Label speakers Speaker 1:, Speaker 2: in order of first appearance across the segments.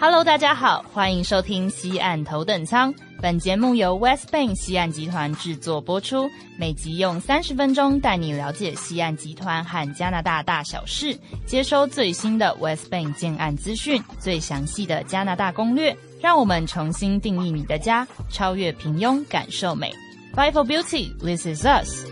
Speaker 1: Hello，大家好，欢迎收听《西岸头等舱》。本节目由 West Bank 西岸集团制作播出，每集用三十分钟带你了解西岸集团和加拿大大小事，接收最新的 West Bank 建案资讯，最详细的加拿大攻略。让我们重新定义你的家，超越平庸，感受美。Bye for beauty, this is us.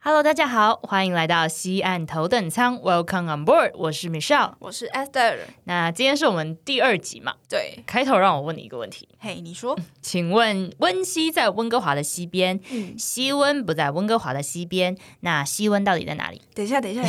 Speaker 1: 哈喽，大家好，欢迎来到西岸头等舱，Welcome on board，我是 Michelle。
Speaker 2: 我是 Esther。
Speaker 1: 那今天是我们第二集嘛，
Speaker 2: 对，嗯
Speaker 1: 开头让我问你一个问题，
Speaker 2: 嘿、你说，
Speaker 1: 请问温西在温哥华的西边，
Speaker 2: 嗯
Speaker 1: 西温不在温哥华的西边，那西温到底在哪里？
Speaker 2: 等一下，等一下，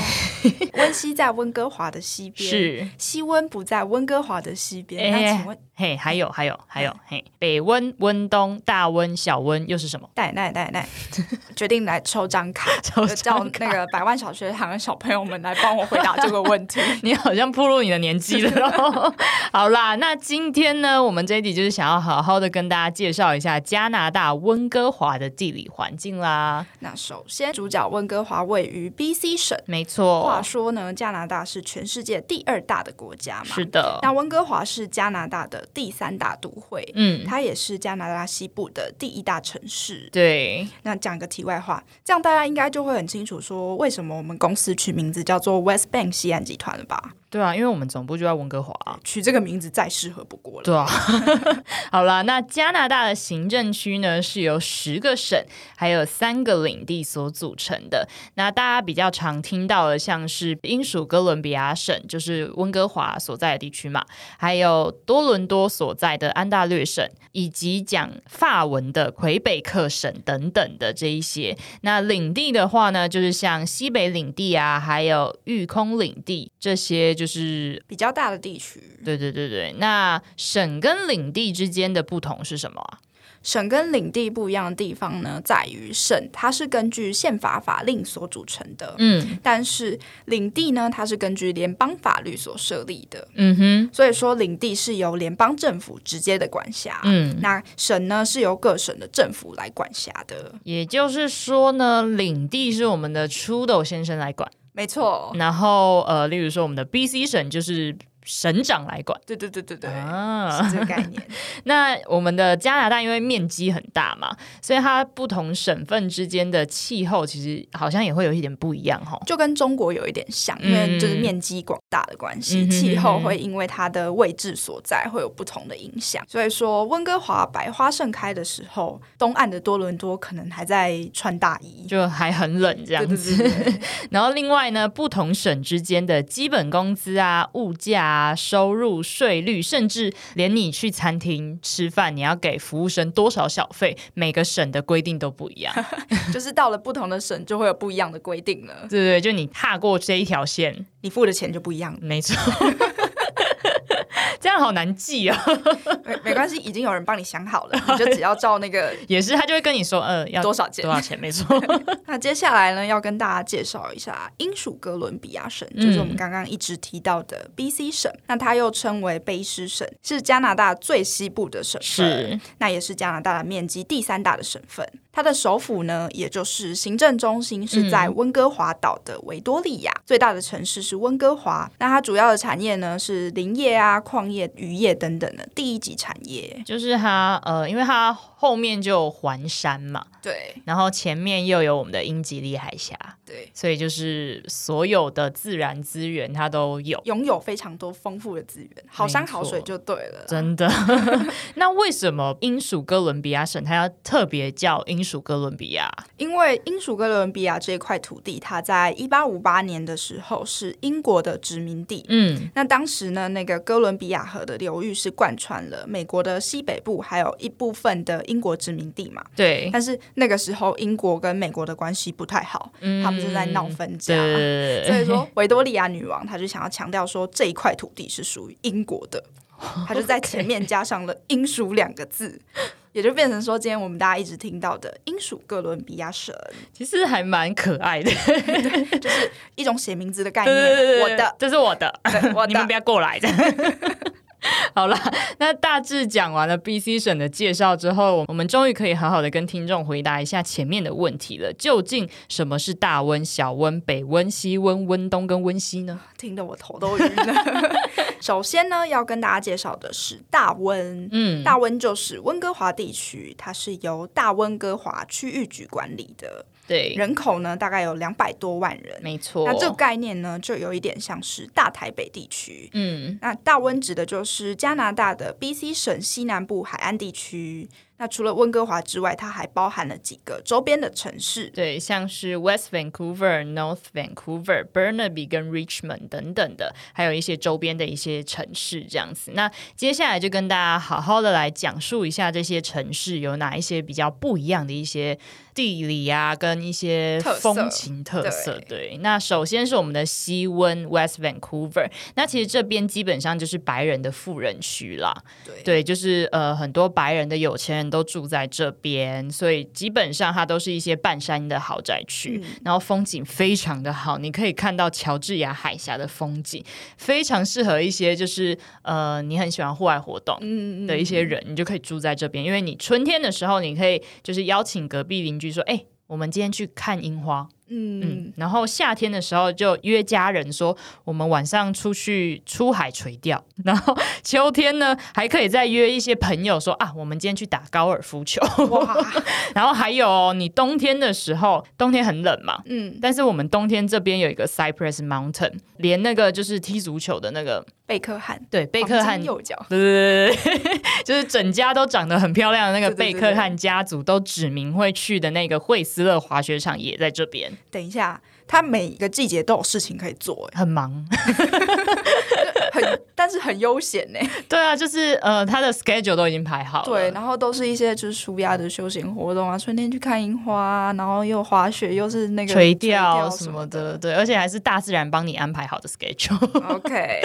Speaker 2: 温西在温哥华的西边，
Speaker 1: 是
Speaker 2: 西温不在温哥华的西边。
Speaker 1: 哎
Speaker 2: 那请问，嗯
Speaker 1: 嘿，还有还有还有，嘿，北温、温东、大温、小温又是什么？
Speaker 2: 奶奶奶奶， 决定来抽张卡，
Speaker 1: 抽
Speaker 2: 就叫
Speaker 1: 张卡
Speaker 2: 那个百万小学堂的小朋友们来帮我回答这个问题。
Speaker 1: 你好像步入你的年纪了 哦。好啦，那今天呢，我们这一集就是想要好好的跟大家介绍一下加拿大温哥华的地理环境啦。
Speaker 2: 那首先，主角温哥华位于 B.C 省。
Speaker 1: 没错，
Speaker 2: 话说呢，加拿大是全世界第二大的国家嘛？
Speaker 1: 是。的，
Speaker 2: 那温哥华是加拿大的第三大都会，
Speaker 1: 嗯，
Speaker 2: 它也是加拿大西部的第一大城市。
Speaker 1: 对，
Speaker 2: 那讲个题外话，这样大家应该就会很清楚说为什么我们公司取名字叫做 West Bank 西岸集团了吧？
Speaker 1: 对啊，因为我们总部就在温哥华、
Speaker 2: 取这个名字再适合不过了。
Speaker 1: 对啊，好啦，那加拿大的行政区呢是由十个省还有三个领地所组成的。那大家比较常听到的，像是英属哥伦比亚省，就是温哥华所在的地区嘛，还有多伦多所在的安大略省，以及讲法文的魁北克省等等的这一些。那领地的话呢，就是像西北领地啊，还有育空领地这些，就是
Speaker 2: 比较大的地区，
Speaker 1: 对对对对，那省跟领地之间的不同是什么啊？
Speaker 2: 省跟领地不一样的地方呢，在于省它是根据宪法法令所组成的，
Speaker 1: 嗯
Speaker 2: 但是领地呢，它是根据联邦法律所设立的。
Speaker 1: 嗯哼，
Speaker 2: 所以说，领地是由联邦政府直接的管辖，
Speaker 1: 嗯，
Speaker 2: 那省呢是由各省的政府来管辖的。
Speaker 1: 也就是说呢，领地是我们的出斗先生来管，
Speaker 2: 没错，
Speaker 1: 然后呃，例如说我们的 B C 省就是省长来管
Speaker 2: 对对对对对，
Speaker 1: 啊
Speaker 2: 是。这个概念。
Speaker 1: 那我们的加拿大因为面积很大嘛，所以它不同省份之间的气候其实好像也会有一点不一样哈。
Speaker 2: 就跟中国有一点像，
Speaker 1: 嗯
Speaker 2: 因为就是面积广大的关系，
Speaker 1: 嗯哼
Speaker 2: 气候
Speaker 1: 嗯哼
Speaker 2: 会因为它的位置所在会有不同的影响。所以说，温哥华百花盛开的时候，东岸的多伦多可能还在穿大衣。
Speaker 1: 就还很冷这
Speaker 2: 对
Speaker 1: 样
Speaker 2: 对
Speaker 1: 子，
Speaker 2: 对对对，
Speaker 1: 然后另外呢，不同省之间的基本工资啊、物价啊、收入、税率，甚至连你去餐厅吃饭，你要给服务生多少小费，每个省的规定都不 一样。
Speaker 2: 就是到了不同的省就会有不一样的规定了，
Speaker 1: 对对，就你踏过这一条线，
Speaker 2: 你付的钱就不一样了。
Speaker 1: 没错。这样好难记哦，
Speaker 2: 没没关系，已经有人帮你想好了，你就只要照那个。
Speaker 1: 也是他就会跟你说，呃，要
Speaker 2: 多少 钱
Speaker 1: 多少钱，没错，
Speaker 2: 那接下来呢，要跟大家介绍一下英属哥伦比亚省，
Speaker 1: 嗯
Speaker 2: 就是我们刚刚一直提到的 B.C 省。那它又称为卑诗省，是加拿大最西部的省份。
Speaker 1: 是，
Speaker 2: 那也是加拿大的面积第三大的省份。它的首府呢，也就是行政中心是在温哥华岛的维多利亚，最大的城市是温哥华。那它主要的产业呢是林业啊、矿业、渔业等等的第一级产业。
Speaker 1: 就是他，呃，因为他后面就有环山嘛，
Speaker 2: 对
Speaker 1: 然后前面又有我们的英吉利海峡，
Speaker 2: 对，
Speaker 1: 所以就是所有的自然资源它都有，
Speaker 2: 拥有非常多丰富的资源，好山好水就对了啦。
Speaker 1: 真的。那为什么英属哥伦比亚省它要特别叫英属哥伦比亚？
Speaker 2: 因为英属哥伦比亚这块土地，它在一八五八年的时候是英国的殖民地。
Speaker 1: 嗯，
Speaker 2: 那当时呢，那个哥伦比亚河的流域是贯穿了美国的西北部，还有一部分的英国殖民地嘛。
Speaker 1: 对，
Speaker 2: 但是那个时候，英国跟美国的关系不太好，
Speaker 1: 嗯
Speaker 2: 他们正在闹纷
Speaker 1: 对
Speaker 2: 争。
Speaker 1: 对对对
Speaker 2: 所以说，维多利亚女王她就想要强调说，这 一块土地是属于英国的，她就在前面加上了“英属”两个字。也就变成说，今天我们大家一直听到的英属哥伦比亚省，
Speaker 1: 其实还蛮可爱的。
Speaker 2: 就是一种写名字的概
Speaker 1: 对
Speaker 2: 念。
Speaker 1: 对对对，
Speaker 2: 我的，
Speaker 1: 这是我的，
Speaker 2: 对我
Speaker 1: 你们
Speaker 2: 的
Speaker 1: 不，要过来的。好了，那大致讲完了 B C 省的介绍之后，我们终于可以好好的跟听众回答一下前面的问题了。究竟什么是大温、小温、北温、西温、温东跟温西呢？
Speaker 2: 听得我头都晕 了。首先呢，要跟大家介绍的是大温。
Speaker 1: 嗯，
Speaker 2: 大温就是温哥华地区，它是由大温哥华区域局管理的，
Speaker 1: 对，
Speaker 2: 人口呢大概有两百多万人。
Speaker 1: 没错。
Speaker 2: 那这个概念呢，就有一点像是大台北地区。
Speaker 1: 嗯，
Speaker 2: 那大温指的就是加拿大的 BC 省西南部海岸地区。那除了温哥华之外，它还包含了几个周边的城市。
Speaker 1: 对，像是 West Vancouver、North Vancouver、Burnaby 跟 Richmond 等等的，还有一些周边的一些城市这样子。那接下来就跟大家好好的来讲述一下这些城市有哪一些比较不一样的一些地理啊，跟一些
Speaker 2: 特色
Speaker 1: 风情特色。
Speaker 2: 对
Speaker 1: 对，那首先是我们的西温 West Vancouver，那其实这边基本上就是白人的富人区啦。
Speaker 2: 对
Speaker 1: 对，就是呃，很多白人的有钱人都住在这边，所以基本上它都是一些半山的豪宅区，然后风景非常的好，你可以看到乔治亚海峡的风景，非常适合一些就是呃，你很喜欢户外活动。
Speaker 2: 嗯，
Speaker 1: 的一些人，你就可以住在这边，因为你春天的时候，你可以就是邀请隔壁邻居说：“哎、我们今天去看樱花。”
Speaker 2: 嗯
Speaker 1: 嗯，然后夏天的时候就约家人说，我们晚上出去出海垂钓，然后秋天呢还可以再约一些朋友说啊，我们今天去打高尔夫球，
Speaker 2: 哇，
Speaker 1: 然后还有哦你冬天的时候，冬天很冷嘛。
Speaker 2: 嗯，
Speaker 1: 但是我们冬天这边有一个 Cypress Mountain，连那个就是踢足球的那个，
Speaker 2: 贝克汉，
Speaker 1: 对，贝克
Speaker 2: 黄
Speaker 1: 汉
Speaker 2: 金右脚，
Speaker 1: 对对对对对，就是整家都长得很漂亮的那个
Speaker 2: 对对
Speaker 1: 贝
Speaker 2: 对
Speaker 1: 克汉家族都指明会去的那个惠斯勒滑雪场也在这边，
Speaker 2: 等一下，他每一个季节都有事情可以做，
Speaker 1: 很忙。
Speaker 2: 哎 很，但是很悠闲呢。
Speaker 1: 对啊，就是呃，他的 schedule 都已经排好了。
Speaker 2: 对，然后都是一些就是舒压的休闲活动啊，春天去看樱花啊，然后又滑雪，又是那个
Speaker 1: 垂钓什
Speaker 2: 什
Speaker 1: 么
Speaker 2: 么
Speaker 1: 的，对，而且还是大自然帮你安排好的 schedule。
Speaker 2: OK，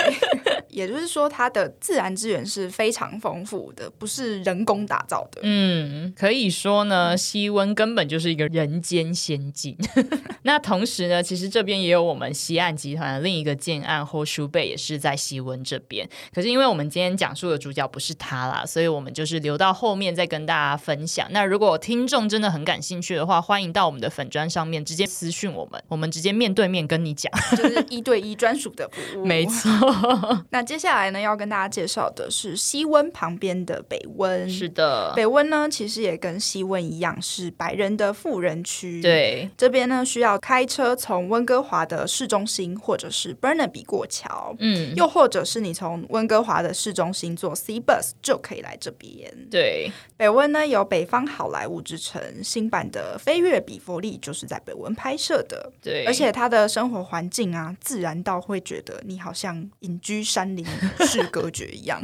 Speaker 2: 也 就是说，它的自然资源是非常丰富的，不是人工打造的。
Speaker 1: 嗯， 可以说呢，西温根本就是一个人间仙境。 那同时呢，其实这边也有我们西岸集团的另一个建案霍舒贝，也是在西温这边。可是因为我们今天讲述的主角不是他啦，所以我们就是留到后面再跟大家分享。那如果听众真的很感兴趣的话，欢迎到我们的粉砖上面直接私讯我们，我们直接面对面跟 你讲。
Speaker 2: 就是一对一专属的服 务。
Speaker 1: 没。错，
Speaker 2: 那接下来呢，要跟大家介绍的是西温旁边的北温。
Speaker 1: 是的，
Speaker 2: 北温呢，其实也跟西温一样，是白人的富人区。。
Speaker 1: 对，
Speaker 2: 这边呢，需要开车从温哥华的市中心或者是 Burnaby 过桥，
Speaker 1: 嗯，
Speaker 2: 又或者是你从温哥华的市中心坐 C bus 就可以来这边。
Speaker 1: 对，
Speaker 2: 北温呢有北方好莱坞之城，新版的《飞跃比佛利》就是在北温拍摄的，
Speaker 1: 对，
Speaker 2: 而且它的生活环境啊，自然到会觉得你好像隐居山林与世隔绝一样。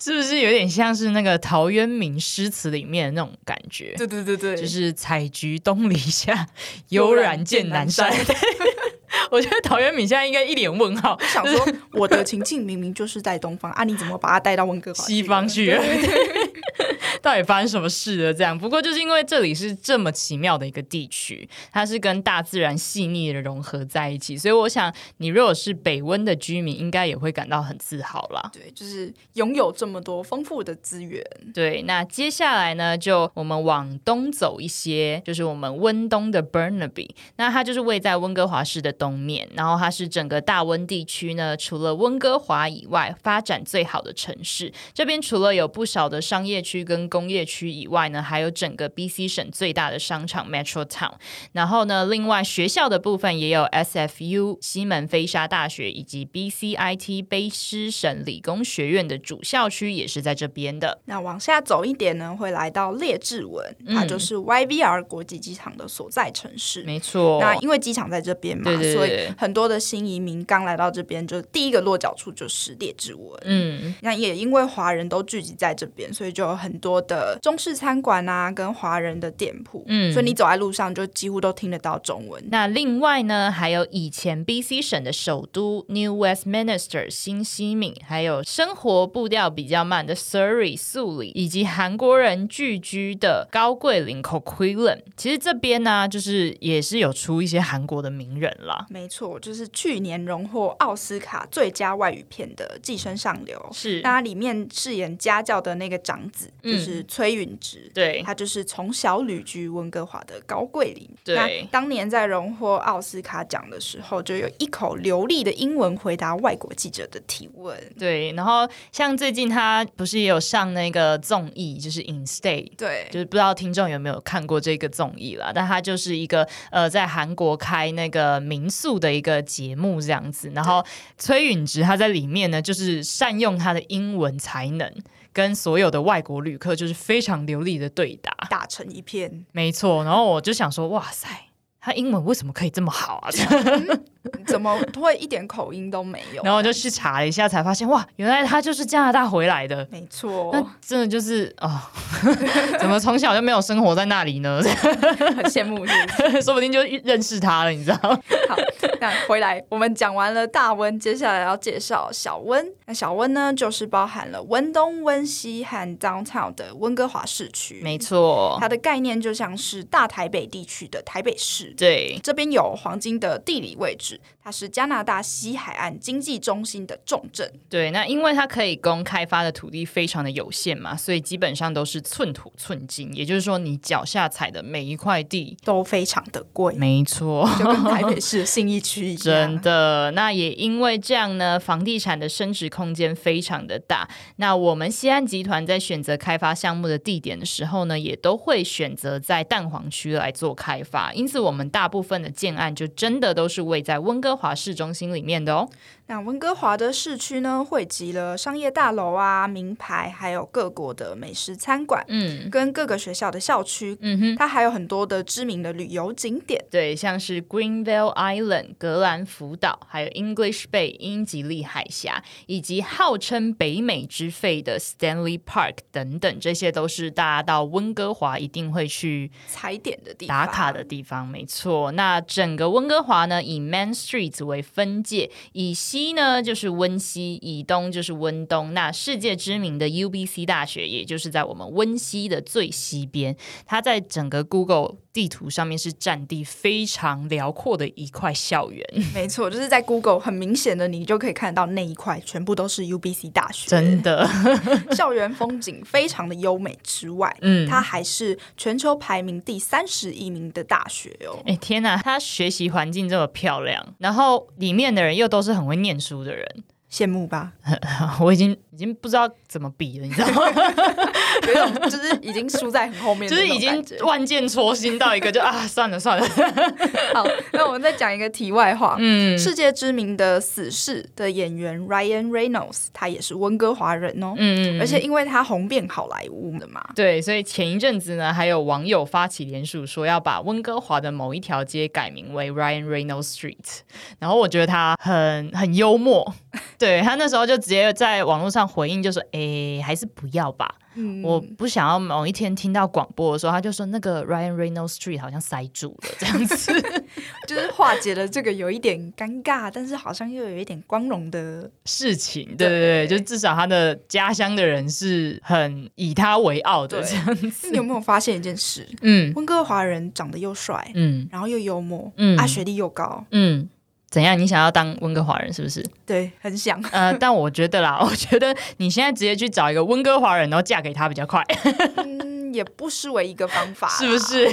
Speaker 1: 是不是有点像是那个陶渊明诗词里面的那种感觉？
Speaker 2: 对对对对
Speaker 1: 就是“采菊东篱 下，悠
Speaker 2: 悠
Speaker 1: 然
Speaker 2: 然
Speaker 1: 见
Speaker 2: 见
Speaker 1: 南
Speaker 2: 南
Speaker 1: 山
Speaker 2: 山”。
Speaker 1: 我觉得陶渊明现在应该一脸问号，
Speaker 2: 想说我的情境明明就是在东方啊，你怎么把它带到温哥华去了
Speaker 1: 西方去了，到底发生什么事了？这样，不过就是因为这里是这么奇妙的一个地区，它是跟大自然细腻的融合在一起，所以我想，你如果是北温的居民，应该也会感到很自豪啦。
Speaker 2: 对，就是拥有这么多丰富的资源。
Speaker 1: 对，那接下来呢，就我们往东走一些，就是我们温东的 Burnaby，那它就是位在温哥华市的东面，然后它是整个大温地区呢，除了温哥华以外发展最好的城市。这边除了有不少的商业区跟工业区以外呢，还有整个 BC 省最大的商场 Metro Town。然后呢，另外学校的部分也有 SFU 西门菲沙大学以及 BCIT 卑诗省理工学院的主校区也是在这边的。
Speaker 2: 那往下走一点呢，会来到列治文，它就是 YVR 国际机场的所在城市。
Speaker 1: 没错，
Speaker 2: 那因为机场在这边嘛，
Speaker 1: 哦对对对
Speaker 2: 所
Speaker 1: 对
Speaker 2: 以很多的新移民刚来到这边，就第一个落脚处就是列治文。
Speaker 1: 嗯，
Speaker 2: 那也因为华人都聚集在这边，所以就有很多多的中式餐馆啊，跟华人的店铺，
Speaker 1: 嗯
Speaker 2: 所以你走在路上就几乎都听得到中文。
Speaker 1: 那另外呢，还有以前 B.C. 省的首都 New Westminster 新西敏，还有生活步调比较慢的 Surrey 素里，以及韩国人聚居的高贵林 Coquitlam。其实这边呢、就是也是有出一些韩国的名人啦。
Speaker 2: 没错，就是去年荣获奥斯卡最佳外语片的《寄生上流》，
Speaker 1: 是
Speaker 2: 那它里面饰演家教的那个长子
Speaker 1: 嗯
Speaker 2: 就是崔允植，
Speaker 1: 对
Speaker 2: 他就是从小旅居温哥华的高桂林。
Speaker 1: 对
Speaker 2: 那当年在荣获奥斯卡奖的时候，就有一口流利的英文回答外国记者的提问。
Speaker 1: 对，然后像最近他不是也有上那个综艺，就是 In Stay，
Speaker 2: 对，
Speaker 1: 就是不知道听众有没有看过这个综艺啦，但它就是一个呃在韩国开那个民宿的一个节目这样子，然后崔允植他在里面呢，就是善用他的英文才能。跟所有的外国旅客就是非常流利的对答，
Speaker 2: 打成一片，
Speaker 1: 没错。然后我就想说，哇塞，他英文为什么可以这么好啊？
Speaker 2: 怎么会一点口音都没 有？
Speaker 1: 然后我就去查了一下，才发现哇，原来他就是加拿大回来的。
Speaker 2: 没 错
Speaker 1: 那，真的就是哦， 怎么从小就没有生活在那里呢？
Speaker 2: 很羡慕是不是
Speaker 1: 说不定就认识他了，你知道？
Speaker 2: 好， 那回来我们讲完了大温，接下来要介绍小温。那小温呢，就是包含了温东、温西和 downtown 的温哥华市区。
Speaker 1: 没错，
Speaker 2: 它的概念就像是大台北地区的台北市。
Speaker 1: 对，
Speaker 2: 这边有黄金的地理位置，它是加拿大西海岸经济中心的重镇。
Speaker 1: 对，那因为它可以供开发的土地非常的有限嘛，所以基本上都是寸土寸金，也就是说你脚下踩的每一块地，
Speaker 2: 都非常的贵，
Speaker 1: 没错。
Speaker 2: 就跟台北市的信义区一样。
Speaker 1: 真的，那也因为这样呢，房地产的升值空间非常的大。那我们西安集团在选择开发项目的地点的时候呢，也都会选择在蛋黄区来做开发，因此我们大部分的建案就真的都是位在温哥华市中心里面的哦。
Speaker 2: 那温哥华的市区呢，汇集了商业大楼啊、名牌，还有各国的美食餐馆，
Speaker 1: 嗯
Speaker 2: 跟各个学校的校区。
Speaker 1: 嗯哼。
Speaker 2: 它还有很多的知名的旅游景点。
Speaker 1: 对，像是 Greenville Island 格兰福岛，还有 English Bay 英吉利海峡，以及号称北美之肺的 Stanley Park 等等，这些都是大家到温哥华一定会去
Speaker 2: 踩点的地方，
Speaker 1: 打卡的地方。没错，那整个温哥华呢，以 Main Street 为分界，以西呢就是温西，以东就是温东。那世界知名的 UBC 大学，也就是在我们温西的最西边，它在整个 Google 地图上面是占地非常辽阔的一块校园。
Speaker 2: 没错，就是在 Google 很明显的，你就可以看到那一块全部都是 UBC 大学，
Speaker 1: 真的，
Speaker 2: 校园风景非常的优美之外，
Speaker 1: 嗯
Speaker 2: 它还是全球排名第三十一名的大学哦。
Speaker 1: 哎、天哪，它学习环境这么漂亮，然后里面的人又都是很会念书的人，
Speaker 2: 羡慕吧，
Speaker 1: 我已经已经不知道怎么比了，你知道吗？
Speaker 2: 有一种就是已经输在很后面
Speaker 1: 就
Speaker 2: 的
Speaker 1: 是
Speaker 2: 那种
Speaker 1: 已
Speaker 2: 感
Speaker 1: 经
Speaker 2: 觉，
Speaker 1: 万箭戳心到一个就啊， 算了算了，
Speaker 2: 好，那我们再讲一个题外话。
Speaker 1: 嗯，
Speaker 2: 世界知名的《死侍》的演员 Ryan Reynolds，他也是温哥华人哦，
Speaker 1: 嗯
Speaker 2: 而且因为他红遍好莱坞的嘛，
Speaker 1: 对，所以前一阵子呢，还有网友发起联署，说要把温哥华的某一条街改名为 Ryan Reynolds Street。然后我觉得他很很幽 默，对他那时候就直接在网络上回应，就说：“诶，还是不要吧，
Speaker 2: 嗯，
Speaker 1: 我不想要某一天听到广播的时候，他就说那个 Ryan Reynolds Street 好像塞住了这样 子。”
Speaker 2: 就是化解了这个有一点尴尬，但是好像又有一点光荣的，
Speaker 1: 事情，对对对，就至少他的家乡的人是很以他为傲的
Speaker 2: 对
Speaker 1: 这样子。
Speaker 2: 你有没有发现一件事？
Speaker 1: 嗯
Speaker 2: 温哥华人长得又帅，
Speaker 1: 嗯
Speaker 2: 然后又幽默，
Speaker 1: 嗯
Speaker 2: 啊，学历又高，
Speaker 1: 嗯，怎样？你想要当温哥华人是不是？
Speaker 2: 对，很想。
Speaker 1: 呃，但我觉得啦，我觉得你现在直接去找一个温哥华人，然后嫁给他比较 快，
Speaker 2: 嗯， 也不失为一个方法啦，
Speaker 1: 是不是？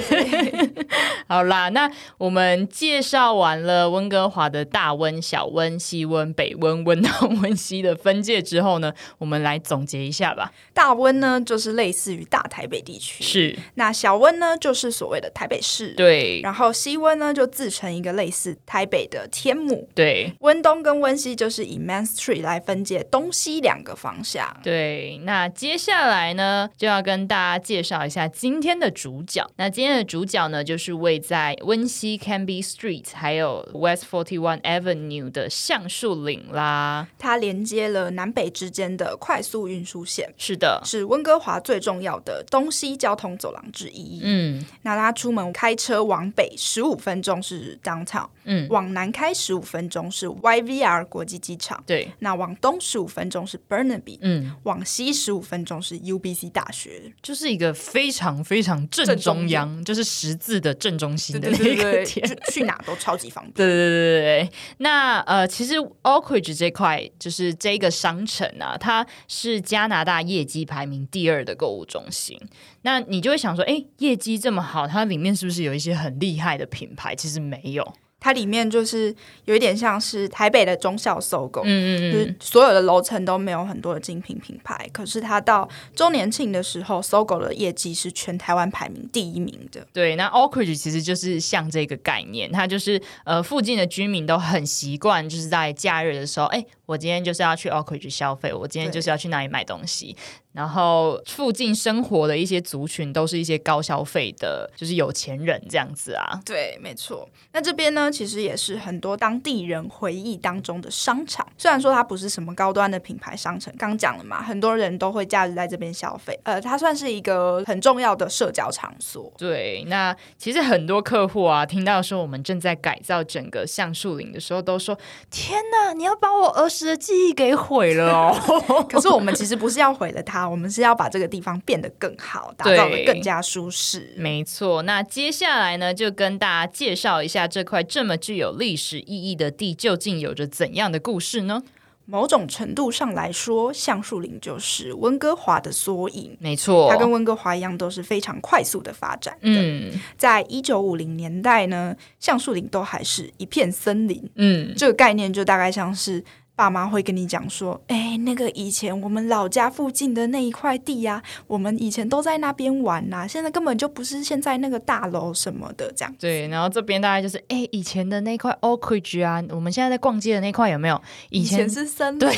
Speaker 1: 好啦，那我们介绍完了温哥华的大温、小温、西温、北温、温东、温西的分界之后呢，我们来总结一下吧。
Speaker 2: 大温呢，就是类似于大台北地区，
Speaker 1: 是
Speaker 2: 那小温呢，就是所谓的台北市，
Speaker 1: 对
Speaker 2: 然后西温呢，就自成一个类似台北的天母。
Speaker 1: 对，
Speaker 2: 温东跟温西就是以 Main Street 来分界东西两个方向。
Speaker 1: 对，那接下来呢，就要跟大家介绍一下今天的主角。那今天的主角呢，就是位在温西 Canby Street 还有 West Forty One Avenue 的橡树岭啦。
Speaker 2: 它连接了南北之间的快速运输线，
Speaker 1: 是的，
Speaker 2: 是温哥华最重要的东西交通走廊之一。
Speaker 1: 嗯
Speaker 2: 那他出门开车往北十五分钟是 downtown，
Speaker 1: 嗯，
Speaker 2: 往南开十五分钟是 YVR 国际机场，
Speaker 1: 对，
Speaker 2: 那往东十五分钟是 Burnaby，、
Speaker 1: 嗯，
Speaker 2: 往西十五分钟是 UBC 大学。
Speaker 1: 就是一个非常非常正
Speaker 2: 正
Speaker 1: 中
Speaker 2: 中
Speaker 1: 央，就是十字的正中心
Speaker 2: 对
Speaker 1: 的
Speaker 2: 对
Speaker 1: 那
Speaker 2: 对
Speaker 1: 个
Speaker 2: 对，
Speaker 1: 点。
Speaker 2: 去去哪都超级方便。
Speaker 1: 对对对对对，那呃，其实 Oakridge 这块就是这个商城啊，它是加拿大业绩排名第二的购物中心。那你就会想说，哎，业绩这么好，它里面是不是有一些很厉害的品牌？其实没有，
Speaker 2: 它里面就是有一点像是台北的中校搜狗，
Speaker 1: 嗯
Speaker 2: 就
Speaker 1: 嗯
Speaker 2: 是所有的楼层都没有很多的精品品牌，可是它到周年庆的时候，搜狗的业绩是全台湾排名第一名的。
Speaker 1: 对，那 Oakridge 其实就是像这个概念，它就是呃附近的居民都很习惯，就是在假日的时候，哎，我今天就是要去 Oakridge 消费，我今天
Speaker 2: 对
Speaker 1: 就是要去哪里买东西。然后附近生活的一些族群都是一些高消费的，就是有钱人这样子啊。
Speaker 2: 对，没错。那这边呢，其实也是很多当地人回忆当中的商场。虽然说它不是什么高端的品牌商城，刚讲了嘛，很多人都会假日在这边消费。呃，它算是一个很重要的社交场所。
Speaker 1: 对，那其实很多客户啊，听到说我们正在改造整个橡树林的时候，都说：“天哪，你要把我儿时的记忆给毁了哦！”
Speaker 2: 可是我们其实不是要毁了它，我们是要把这个地方变得更好，打造的更加舒适。
Speaker 1: 没错，那接下来呢，就跟大家介绍一下这块这么具有历史意义的地究竟有着怎样的故事呢？
Speaker 2: 某种程度上来说，橡树林就是温哥华的缩影。
Speaker 1: 没错
Speaker 2: 它跟温哥华一样，都是非常快速的发展的。
Speaker 1: 嗯
Speaker 2: 在一九五零年代呢，橡树林都还是一片森林。
Speaker 1: 嗯，
Speaker 2: 这个概念就大概像是爸妈会跟你讲说：“哎、那个以前我们老家附近的那一块地呀、我们以前都在那边玩呐、现在根本就不是现在那个大楼什么的这样。”
Speaker 1: 对。然后这边大概就是，哎，以前的那块 Oakridge 啊，我们现在在逛街的那块有没有？以
Speaker 2: 以
Speaker 1: 前
Speaker 2: 前是森林。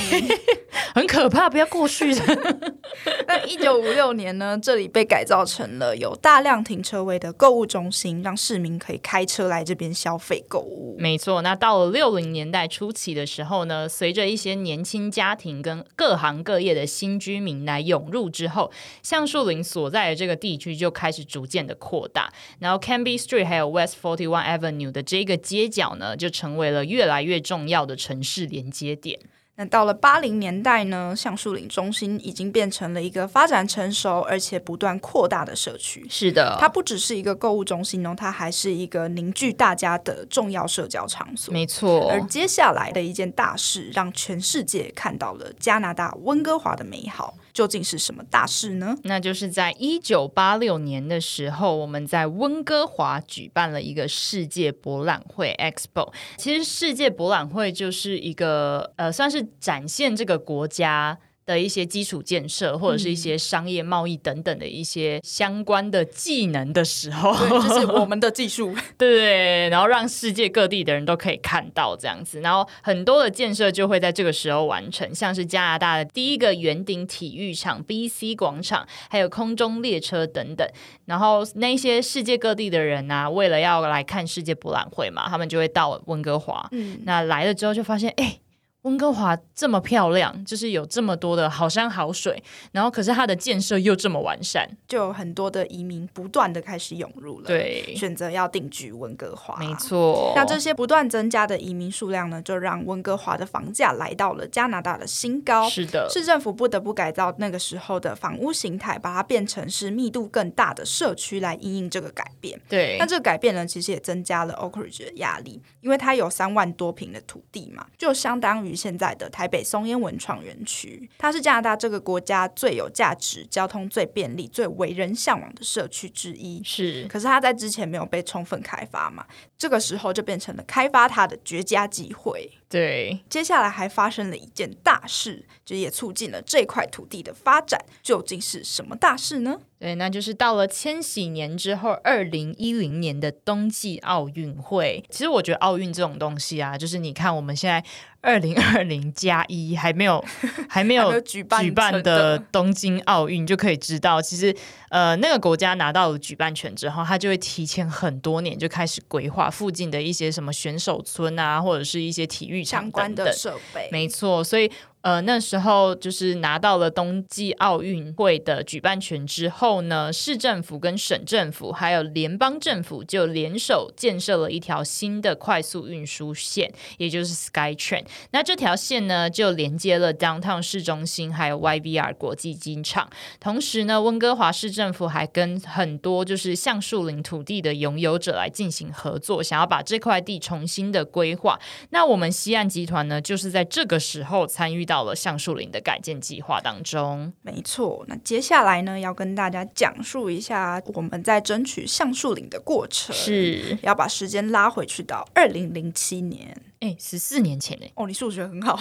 Speaker 1: 很可怕，不要过去的。
Speaker 2: 那一九五六年呢，这里被改造成了有大量停车位的购物中心，让市民可以开车来这边消费购物。
Speaker 1: 没错，那到了六零年代初期的时候呢，随着一些年轻家庭跟各行各业的新居民来涌入之后，橡树林所在的这个地区就开始逐渐的扩大。然后 Canby Street 还有 West Forty One Avenue 的这个街角呢，就成为了越来越重要的城市连接点。
Speaker 2: 那到了八零年代呢，橡树岭中心已经变成了一个发展成熟而且不断扩大的社区。
Speaker 1: 是的
Speaker 2: 它不只是一个购物中心哦，它还是一个凝聚大家的重要社交场所。
Speaker 1: 没错
Speaker 2: 而。接下来的一件大事，让全世界看到了加拿大温哥华的美好，究竟是什么大事呢？
Speaker 1: 那就是在一九八六年的时候，我们在温哥华举办了一个世界博览会 （Expo）。其实世界博览会就是一个呃，算是展现这个国家。的一些基础建设，或者是一些
Speaker 2: 嗯
Speaker 1: 商业贸易等等的一些相关的技能的时候，
Speaker 2: 对，就是我们的技术。
Speaker 1: 对然后让世界各地的人都可以看到这样子，然后很多的建设就会在这个时候完成，像是加拿大的第一个圆顶体育场、BC 广场，还有空中列车等等。然后那些世界各地的人啊，为了要来看世界博览会嘛，他们就会到温哥华。
Speaker 2: 嗯，
Speaker 1: 那来了之后就发现，哎、温哥华这么漂亮，就是有这么多的好山好水，然后可是它的建设又这么完善，
Speaker 2: 就有很多的移民不断的开始涌入了，，
Speaker 1: 对，
Speaker 2: 选择要定居温哥华，
Speaker 1: 没。错。
Speaker 2: 那这些不断增加的移民数量呢，就让温哥华的房价来到了加拿大的新高。
Speaker 1: 是的，
Speaker 2: 市政府不得不改造那个时候的房屋形态，把它变成是密度更大的社区来因应这个改变。
Speaker 1: 对
Speaker 2: 那。这个改变呢，其实也增加了 Oakridge 的压力，因为它有三万多平的土地嘛，就相当于现在的台北松烟文创园区。它是加拿大这个国家最有价值、交通最便利、最为人向往的社区之一。
Speaker 1: 是
Speaker 2: 可是它在之前没有被充分开发嘛，这个时候就变成了开发它的绝佳机会。
Speaker 1: 对，
Speaker 2: 接下来还发生了一件大事，就也促进了这块土地的发展。究竟是什么大事呢？
Speaker 1: 对，那就是到了千禧年之后，二零一零年的冬季奥运会。其实我觉得奥运这种东西啊，就是你看我们现在二零二零加一还没有还没
Speaker 2: 还
Speaker 1: 有
Speaker 2: 没有举办
Speaker 1: 举办
Speaker 2: 成
Speaker 1: 的
Speaker 2: 的
Speaker 1: 东京奥运，就可以知道，其实呃那个国家拿到了举办权之后，他就会提前很多年就开始规划附近的一些什么选手村啊，或者是一些体育场
Speaker 2: 相关
Speaker 1: 等
Speaker 2: 的
Speaker 1: 等
Speaker 2: 设备，
Speaker 1: 没错，所以呃那时候就是拿到了冬季奥运会的举办权之后呢，市政府跟省政府还有联邦政府就联手建设了一条新的快速运输线，也就是 SkyTrain。那这条线呢就连接了 downtown 市中心还有 YVR 国际机场，同时呢，温哥华市政府还跟很多就是橡树林土地的拥有者来进行合作，想要把这块地重新的规划。那我们西岸集团呢，就是在这个时候参与到了橡树林的改建计划当中。
Speaker 2: 没错。那接下来呢，要跟大家讲述一下我们在争取橡树岭的过程。。
Speaker 1: 是，
Speaker 2: 要把时间拉回去到二零零七年
Speaker 1: 哎，十四年前哎，
Speaker 2: 哦，你数学很好，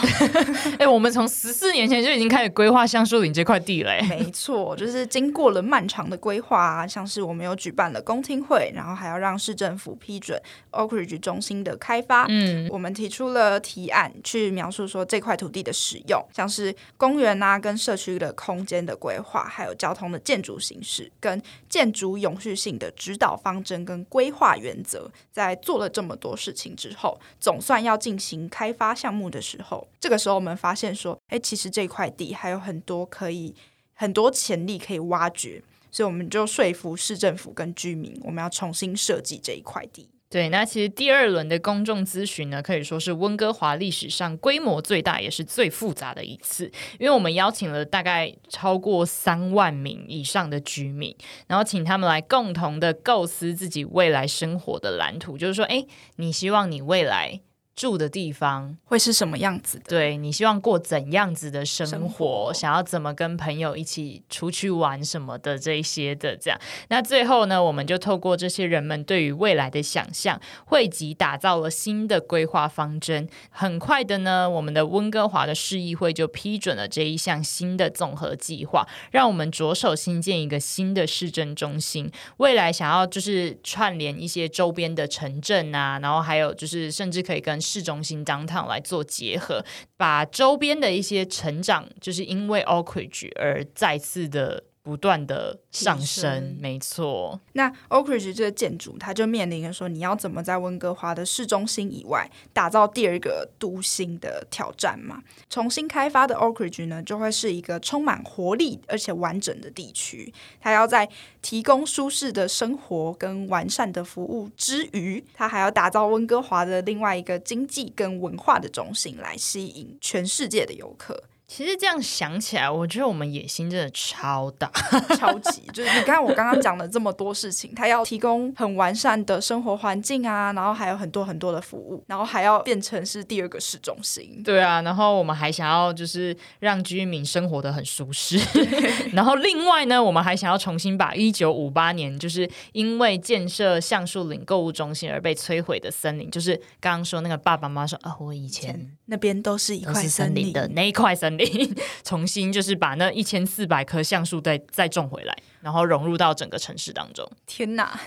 Speaker 1: 哎，我们从十四年前就已经开始规划橡树林这块地了欸诶。
Speaker 2: 没错，就是经过了漫长的规划啊，像是我们有举办了公听会，然后还要让市政府批准 Oak Ridge 中心的开发。
Speaker 1: 嗯，
Speaker 2: 我们提出了提案，去描述说这块土地的使用，像是公园啊、跟社区的空间的规划，还有交通的建筑形式，跟建筑永续性的指导方针跟规划原则。在做了这么多事情之后，总算要进行开发项目的时候，这个时候我们发现说，诶，其实这块地还有很多可以很多潜力可以挖掘。所以我们就说服市政府跟居民，我们要重新设计这一块地。
Speaker 1: 对，那其实第二轮的公众咨询呢，可以说是温哥华历史上规模最大也是最复杂的一次，因为我们邀请了大概超过三万名以上的居民，然后请他们来共同的构思自己未来生活的蓝图，就是说，哎，你希望你未来住的地方，
Speaker 2: 会是什么样子的？
Speaker 1: 对你希望过怎样子的生活，
Speaker 2: 生活
Speaker 1: 想要怎么跟朋友一起出去玩什么的这一些的这样。那最后呢，我们就透过这些人们对于未来的想象，汇集打造了新的规划方针。很快的呢，我们的温哥华的市议会就批准了这一项新的综合计划，让我们着手新建一个新的市政中心。未来想要就是串联一些周边的城镇啊，然后还有就是甚至可以跟市中心 downtown 来做结合，把周边的一些成长，就是因为 Oakridge 而再次的不断的上升
Speaker 2: 提升。
Speaker 1: 没错，
Speaker 2: 那 Oak Ridge 这个建筑，它就面临着说，你要怎么在温哥华的市中心以外，打造第二个都心的挑战嘛？重新开发的 Oak Ridge 呢，就会是一个充满活力而且完整的地区。它要在提供舒适的生活跟完善的服务之余，它还要打造温哥华的另外一个经济跟文化的中心，来吸引全世界的游客。
Speaker 1: 其实这样想起来，我觉得我们野心真的超大。
Speaker 2: 超级，就是你看我刚刚讲了这么多事情，它要提供很完善的生活环境啊，然后还有很多很多的服务，然后还要变成是第二个市中心。
Speaker 1: 对啊，然后我们还想要就是让居民生活的很舒适， 然后另外呢，我们还想要重新把一九五八年就是因为建设橡树岭购物中心而被摧毁的森林，就是刚刚说那个爸爸妈妈说啊，我以前
Speaker 2: 那边都是一
Speaker 1: 都
Speaker 2: 块
Speaker 1: 哦是森林
Speaker 2: 林
Speaker 1: 的那一块森林， 重新就是把那一千四百棵橡树再再种回来，然后融入到整个城市当中。
Speaker 2: 天哪，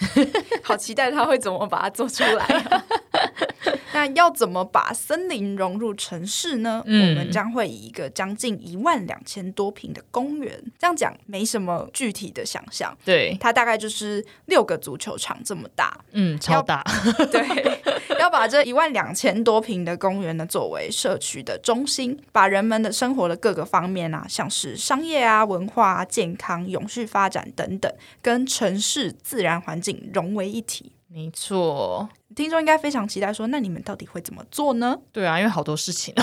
Speaker 2: 好期待他会怎么把它做出来啊、那要怎么把森林融入城市呢？
Speaker 1: 嗯
Speaker 2: 我们将会以一个将近一万两千多平的公园，这样讲没什么具体的想象，
Speaker 1: 对，
Speaker 2: 它大概就是六个足球场这么大，
Speaker 1: 嗯，超
Speaker 2: 要
Speaker 1: 大，
Speaker 2: 对，要把这一万两千多平的公园呢，作为社区的中心，把人们的生活的各个方面啊，像是商业啊、文化啊、健康、永续发展等等，跟城市自然环境融为一体。
Speaker 1: 没错。
Speaker 2: 听众应该非常期待说，那你们到底会怎么做呢？
Speaker 1: 对啊，因为好多事情，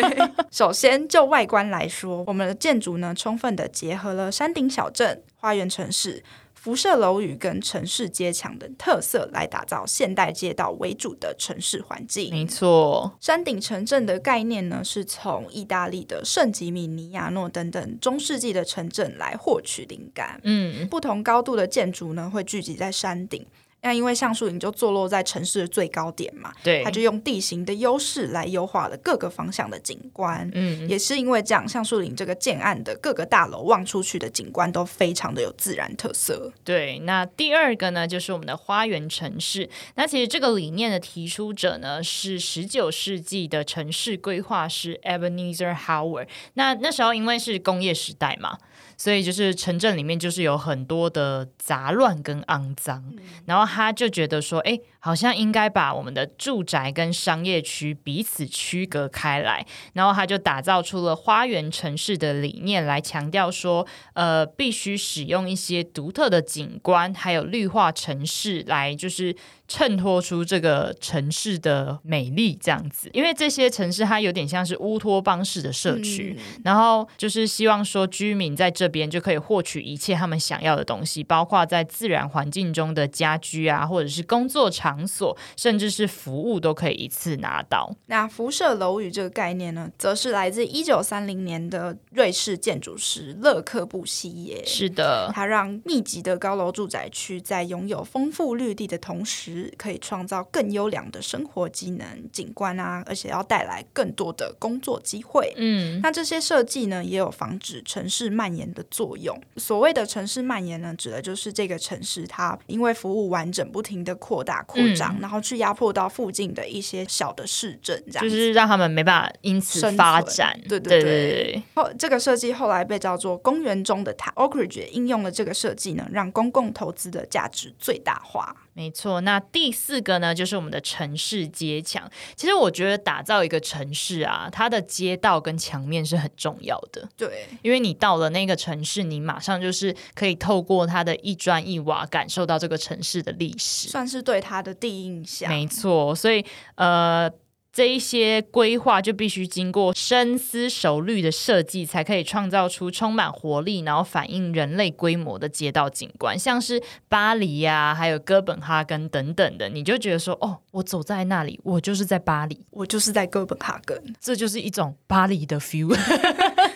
Speaker 2: 首先，就外观来说，我们的建筑呢，充分的结合了山顶小镇、花园城市、辐射楼宇跟城市街墙的特色，来打造现代街道为主的城市环境。
Speaker 1: 没错。
Speaker 2: 山顶城镇的概念呢，是从意大利的圣吉米尼亚诺等等中世纪的城镇来获取灵感。
Speaker 1: 嗯，
Speaker 2: 不同高度的建筑呢，会聚集在山顶，那因为橡树林就坐落在城市的最高点嘛，
Speaker 1: 对，
Speaker 2: 它就用地形的优势来优化了各个方向的景观。
Speaker 1: 嗯，
Speaker 2: 也是因为这样，橡树林这个建案的各个大楼望出去的景观都非常的有自然特色。
Speaker 1: 对。那第二个呢，就是我们的花园城市。那其实这个理念的提出者呢，是十九世纪的城市规划师 Ebenezer Howard。那那时候因为是工业时代嘛，所以就是城镇里面就是有很多的杂乱跟肮脏，然后他就觉得说，哎，好像应该把我们的住宅跟商业区彼此区隔开来，然后他就打造出了花园城市的理念，来强调说，呃，必须使用一些独特的景观，还有绿化城市，来就是衬托出这个城市的美丽这样子。因为这些城市它有点像是乌托邦式的社区，然后就是希望说居民在这边就可以获取一切他们想要的东西，包括在自然环境中的家居啊，或者是工作场所，甚至是服务都可以一次拿到。
Speaker 2: 那辐射楼宇这个概念呢，则是来自一九三零年的瑞士建筑师勒克布西耶。
Speaker 1: 是的，
Speaker 2: 它让密集的高楼住宅区在拥有丰富绿地的同时，可以创造更优良的生活机能、景观啊，而且要带来更多的工作机会。
Speaker 1: 嗯，
Speaker 2: 那这些设计呢，也有防止城市蔓延的作用。所谓的城市蔓延呢，指的就是这个城市它因为服务完整，不停的扩大扩张，
Speaker 1: 嗯
Speaker 2: 然后去压迫到附近的一些小的市镇，这样
Speaker 1: 就
Speaker 2: 子
Speaker 1: 是让他们没办法因此
Speaker 2: 生存
Speaker 1: 发展。
Speaker 2: 对
Speaker 1: 对
Speaker 2: 对对
Speaker 1: 对
Speaker 2: 后这个设计后来被叫做“公园中的塔 ”，Oakridge 也应用了这个设计呢，让公共投资的价值最大化。
Speaker 1: 没错。那第四个呢，就是我们的城市街墙。其实我觉得打造一个城市啊，它的街道跟墙面是很重要的，
Speaker 2: 对，
Speaker 1: 因为你到了那个城市，你马上就是可以透过它的一砖一瓦，感受到这个城市的历史。
Speaker 2: 算是对它的第一印象。
Speaker 1: 没错，所以呃。这一些规划就必须经过深思熟虑的设计，才可以创造出充满活力，然后反映人类规模的街道景观，像是巴黎呀、还有哥本哈根等等的，你就觉得说，哦，我走在那里，我就是在巴黎，
Speaker 2: 我就是在哥本哈根，
Speaker 1: 这就是一种巴黎的 feel。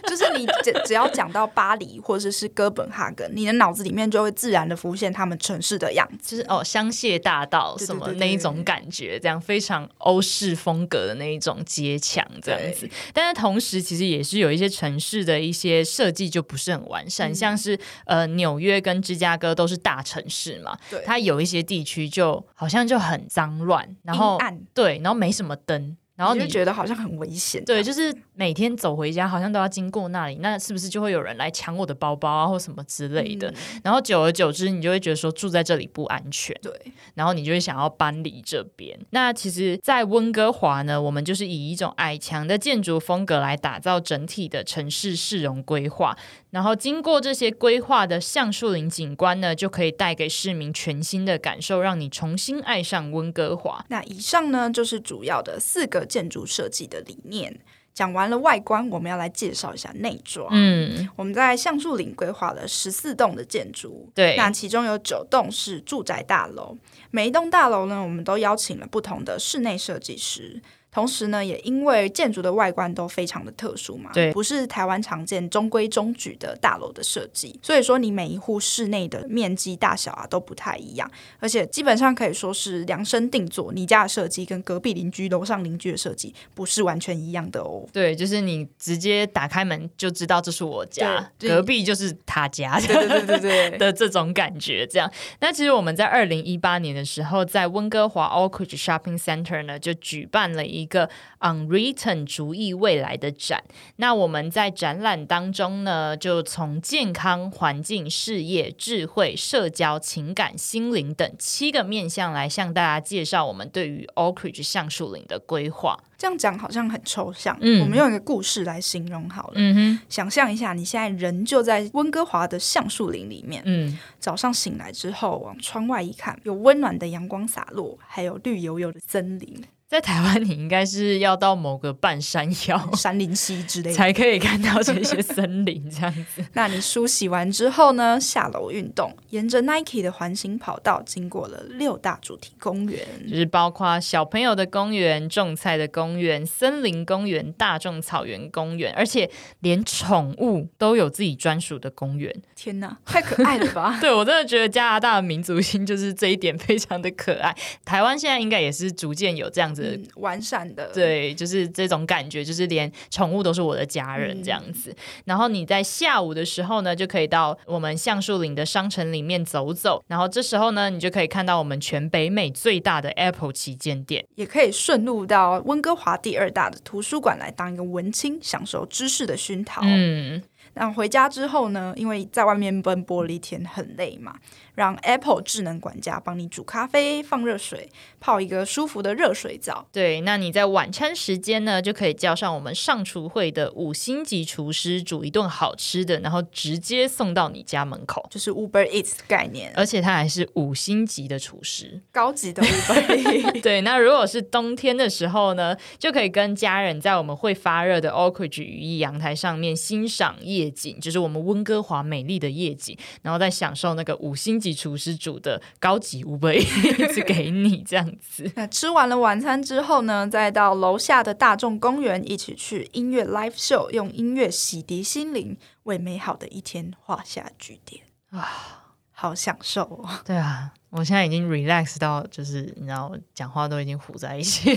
Speaker 2: 就是你只只要讲到巴黎或者是哥本哈根，你的脑子里面就会自然的浮现他们城市的样
Speaker 1: 就
Speaker 2: 子。
Speaker 1: 是哦，香榭大道
Speaker 2: 对对
Speaker 1: 什么
Speaker 2: 对对
Speaker 1: 那一种感觉，这样非常欧式风格的那一种街墙这样子。但是同时，其实也是有一些城市的一些设计就不是很完善，
Speaker 2: 嗯
Speaker 1: 像是呃纽约跟芝加哥都是大城市嘛，
Speaker 2: 对
Speaker 1: 它有一些地区就好像就很脏乱，然后
Speaker 2: 阴暗
Speaker 1: 对，然后没什么灯，然后
Speaker 2: 你
Speaker 1: 你
Speaker 2: 就觉得好像很危险。
Speaker 1: 对，就是每天走回家好像都要经过那里，那是不是就会有人来抢我的包包啊，或什么之类
Speaker 2: 嗯
Speaker 1: 的？然后久而久之，你就会觉得说住在这里不安全。
Speaker 2: 对，
Speaker 1: 然后你就会想要搬离这边。那其实，在温哥华呢，我们就是以一种矮墙的建筑风格来打造整体的城市市容规划，然后经过这些规划的橡树林景观呢，就可以带给市民全新的感受，让你重新爱上温哥华。
Speaker 2: 那以上呢就是主要的四个建筑设计的理念。讲完了外观，我们要来介绍一下内装。
Speaker 1: 嗯，
Speaker 2: 我们在橡树岭规划了十四栋的建筑物，
Speaker 1: 对
Speaker 2: 那其中有九栋是住宅大楼，每一栋大楼呢，我们都邀请了不同的室内设计师。同时呢，也因为建筑的外观都非常的特殊嘛，
Speaker 1: 对
Speaker 2: 不是台湾常见中规中矩的大楼的设计，所以说你每一户室内的面积大小啊都不太一样，而且基本上可以说是量身定做，你家的设计跟隔壁邻居、楼上邻居的设计不是完全一样的哦。
Speaker 1: 对，就是你直接打开门就知道这是我家，
Speaker 2: 对对
Speaker 1: 隔壁就是他家。
Speaker 2: 对对对对 对，
Speaker 1: 的这种感觉。这样，那其实我们在二零一八年的时候，在温哥华 Oakridge Shopping Center 呢，就举办了一个 Unwritten 主义未来的展。那我们在展览当中呢，就从健康、环境、事业、智慧、社交、情感、心灵等七个面向来向大家介绍我们对于 Oakridge 橡树林的规划。
Speaker 2: 这样讲好像很抽象，
Speaker 1: 嗯
Speaker 2: 我们用一个故事来形容好了。
Speaker 1: 嗯哼，
Speaker 2: 想象一下，你现在人就在温哥华的橡树林里面，
Speaker 1: 嗯，
Speaker 2: 早上醒来之后往窗外一看，有温暖的阳光洒落，还有绿油油的森林。
Speaker 1: 在台湾，你应该是要到某个半山腰
Speaker 2: 山林溪之类的。
Speaker 1: 才可以看到这些森林这样子。
Speaker 2: 那你梳洗完之后呢？下楼运动，沿着 Nike 的环形跑道，经过了六大主题公园。
Speaker 1: 就是包括小朋友的公园、种菜的公园、森林公园、大众草原公园，而且连宠物都有自己专属的公园。
Speaker 2: 天哪，太可爱了吧！
Speaker 1: 对我真的觉得加拿大的民族性就是这一点非常的可爱。台湾现在应该也是逐渐有这样子的
Speaker 2: 嗯，完善的，，
Speaker 1: 对，就是这种感觉，就是连宠物都是我的家人这样子。然后你在下午的时候呢，就可以到我们橡树岭的商城里面走走。然后这时候呢，你就可以看到我们全北美最大的 Apple 旗舰店。
Speaker 2: 也可以顺路到温哥华第二大的图书馆来当一个文青，享受知识的熏陶。
Speaker 1: 嗯，
Speaker 2: 那回家之后呢，因为在外面奔波了一天很累嘛，让 Apple 智能管家帮你煮咖啡、放热水，泡一个舒服的热水澡。
Speaker 1: 对。那你在晚餐时间呢，就可以叫上我们上厨会的五星级厨师煮一顿好吃的，然后直接送到你家门口。
Speaker 2: 就是 Uber Eats 的概念，
Speaker 1: 而且他还是五星级的厨师，
Speaker 2: 高级的 Uber Eats。
Speaker 1: 对，那如果是冬天的时候呢，就可以跟家人在我们会发热的 Oakridge 雨衣阳台上面欣赏夜景，就是我们温哥华美丽的夜景，然后再享受那个五星级厨师煮的高级乌龟， 一直给你这样子。
Speaker 2: 那吃完了晚餐之后呢，再到楼下的大众公园一起去音乐 live show，用音乐洗涤心灵，为美好的一天画下句点啊！好享受哦！
Speaker 1: 对啊，我现在已经 relax 到，就是你知道，我讲话都已经糊在一起，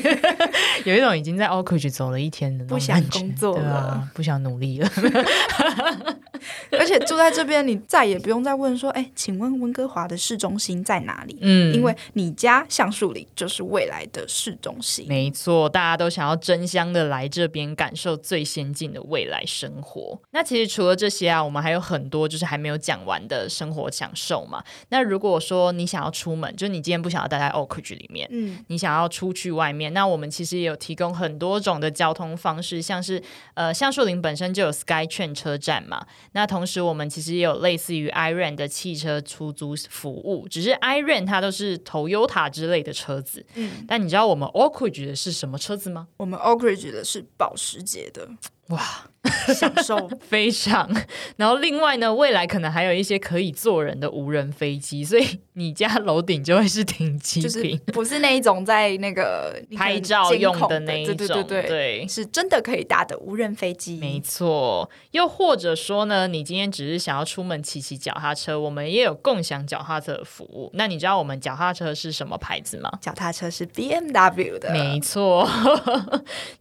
Speaker 1: 有一种已经在 Oakridge 走了一天的那种
Speaker 2: 不想
Speaker 1: 感觉
Speaker 2: 工作
Speaker 1: 对啊
Speaker 2: 了，
Speaker 1: 不想努 力了。
Speaker 2: 而且住在这边，你再也不用再问说，哎，请问温哥华的市中心在哪里？
Speaker 1: 嗯
Speaker 2: 因为你家橡树林就是未来的市中心。
Speaker 1: 没错，大家都想要争相的来这边感受最先进的未来生活。那其实除了这些啊，我们还有很多就是还没有讲完的生活享受嘛。那如果说你想要出门，就你今天不想要待在 Oakridge 里面。
Speaker 2: 嗯，
Speaker 1: 你想要出去外面，那我们其实也有提供很多种的交通方式，像是呃橡树林本身就有 SkyTrain 车站嘛，那同时我们其实也有类似于 Iron 的汽车出租服务，只是 Iron 它都是 Toyota 之类的车子，
Speaker 2: 嗯，
Speaker 1: 但你知道我们 Oakridge 的是什么车子吗？
Speaker 2: 我们 Oakridge 的是保时捷的，
Speaker 1: 哇，
Speaker 2: 享 受
Speaker 1: 非常。然后另外呢，未来可能还有一些可以坐人的无人飞机，所以你家楼顶就会是停机
Speaker 2: 就是
Speaker 1: 坪。
Speaker 2: 不是那一种在那个你可能
Speaker 1: 拍照用
Speaker 2: 监控
Speaker 1: 的
Speaker 2: 的
Speaker 1: 那一
Speaker 2: 对
Speaker 1: 种，
Speaker 2: 对对对，是真的可以搭的无人飞机。
Speaker 1: 没错，又或者说呢，你今天只是想要出门骑骑脚踏车，我们也有共享脚踏车的服务。那你知道我们脚踏车是什么牌子吗？
Speaker 2: 脚踏车是 BMW 的，
Speaker 1: 没错，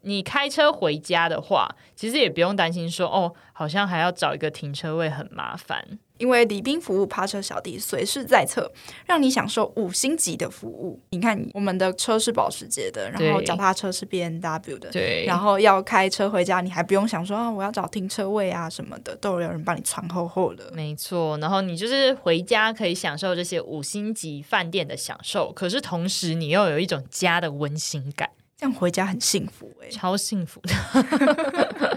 Speaker 1: 你开车回家的话，其实也不用担心说哦，好像还要找一个停车位很麻烦。
Speaker 2: 因为礼宾服务趴车小弟随时在侧，让你享受五星级的服务。你看，我们的车是保时捷的，然后
Speaker 1: 对
Speaker 2: 脚踏车是 B N W 的，
Speaker 1: 对
Speaker 2: 然后要开车回家，你还不用想说啊，我要找停车位啊什么的，都有人帮你穿厚厚的。
Speaker 1: 没错，然后你就是回家可以享受这些五星级饭店的享受，可是同时你又有一种家的温馨感，
Speaker 2: 这样回家很幸福哎、
Speaker 1: 超幸福的。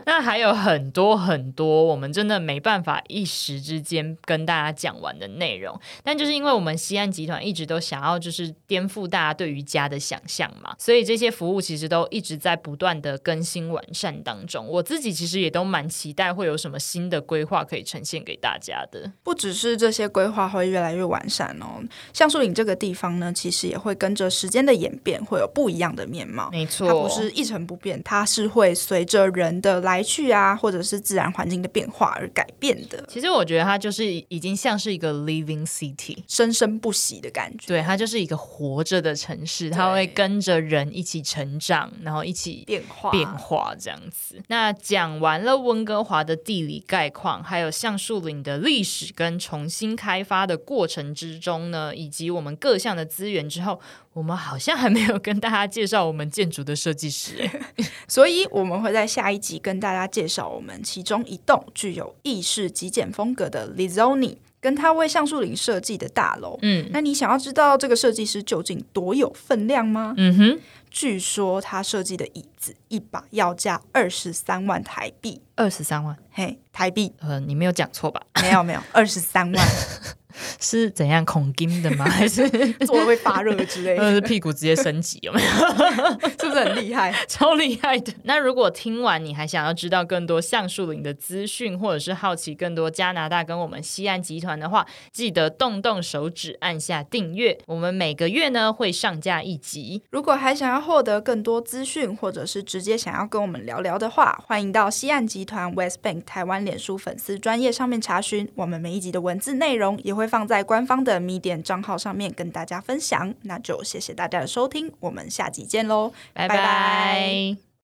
Speaker 1: 那还有很多很多，我们真的没办法一时之间跟大家讲完的内容，但就是因为我们西安集团一直都想要就是颠覆大家对于家的想象嘛，所以这些服务其实都一直在不断的更新完善当中。我自己其实也都蛮期待会有什么新的规划可以呈现给大家的。
Speaker 2: 不只是这些规划会越来越完善哦，橡树岭这个地方呢，其实也会跟着时间的演变，会有不一样的面貌。
Speaker 1: 没错，
Speaker 2: 它不是一成不变，它是会随着人的来去啊，或者是自然环境的变化而改变的，
Speaker 1: 其实我觉得它就是已经像是一个 living city，
Speaker 2: 生生不息的感觉。
Speaker 1: 对，它就是一个活着的城市，它会跟着人一起成长，然后一起
Speaker 2: 变化
Speaker 1: 变化这样子。那讲完了温哥华的地理概况，还有橡树岭的历史跟重新开发的过程之中呢，以及我们各项的资源之后，我们好像还没有跟大家介绍我们建筑的设计师、 哎
Speaker 2: 所以我们会在下一集跟大家介绍我们其中一栋具有意式极简风格的 Lizoni，跟他为橡树岭设计的大楼。
Speaker 1: 嗯
Speaker 2: 那你想要知道这个设计师究竟多有分量吗？
Speaker 1: 嗯哼，
Speaker 2: 据说他设计的椅子一把要价二十三万台币，
Speaker 1: 二十三万，
Speaker 2: 嘿，台币
Speaker 1: 呃，你没有讲错吧？
Speaker 2: 没有没有，二十三万
Speaker 1: 是怎样恐惊的吗？还 是
Speaker 2: 坐了会发热之类的，
Speaker 1: 呃屁股直接升级哦有没有？
Speaker 2: 是不是很厉害？
Speaker 1: 超厉害的。那如果听完你还想要知道更多橡树林的资讯，或者是好奇更多加拿大跟我们西岸集团的话，记得动动手指按下订阅。我们每个月呢会上架一集。
Speaker 2: 如果还想要获得更多资讯，或者是直接想要跟我们聊聊的话，欢迎到西岸集团 West Bank 台湾脸书粉丝专业上面查询。我们每一集的文字内容也会放在官方的 Medium 账号上面跟大家分享。那就谢谢大家的收听，我们下集见喽，
Speaker 1: 拜拜。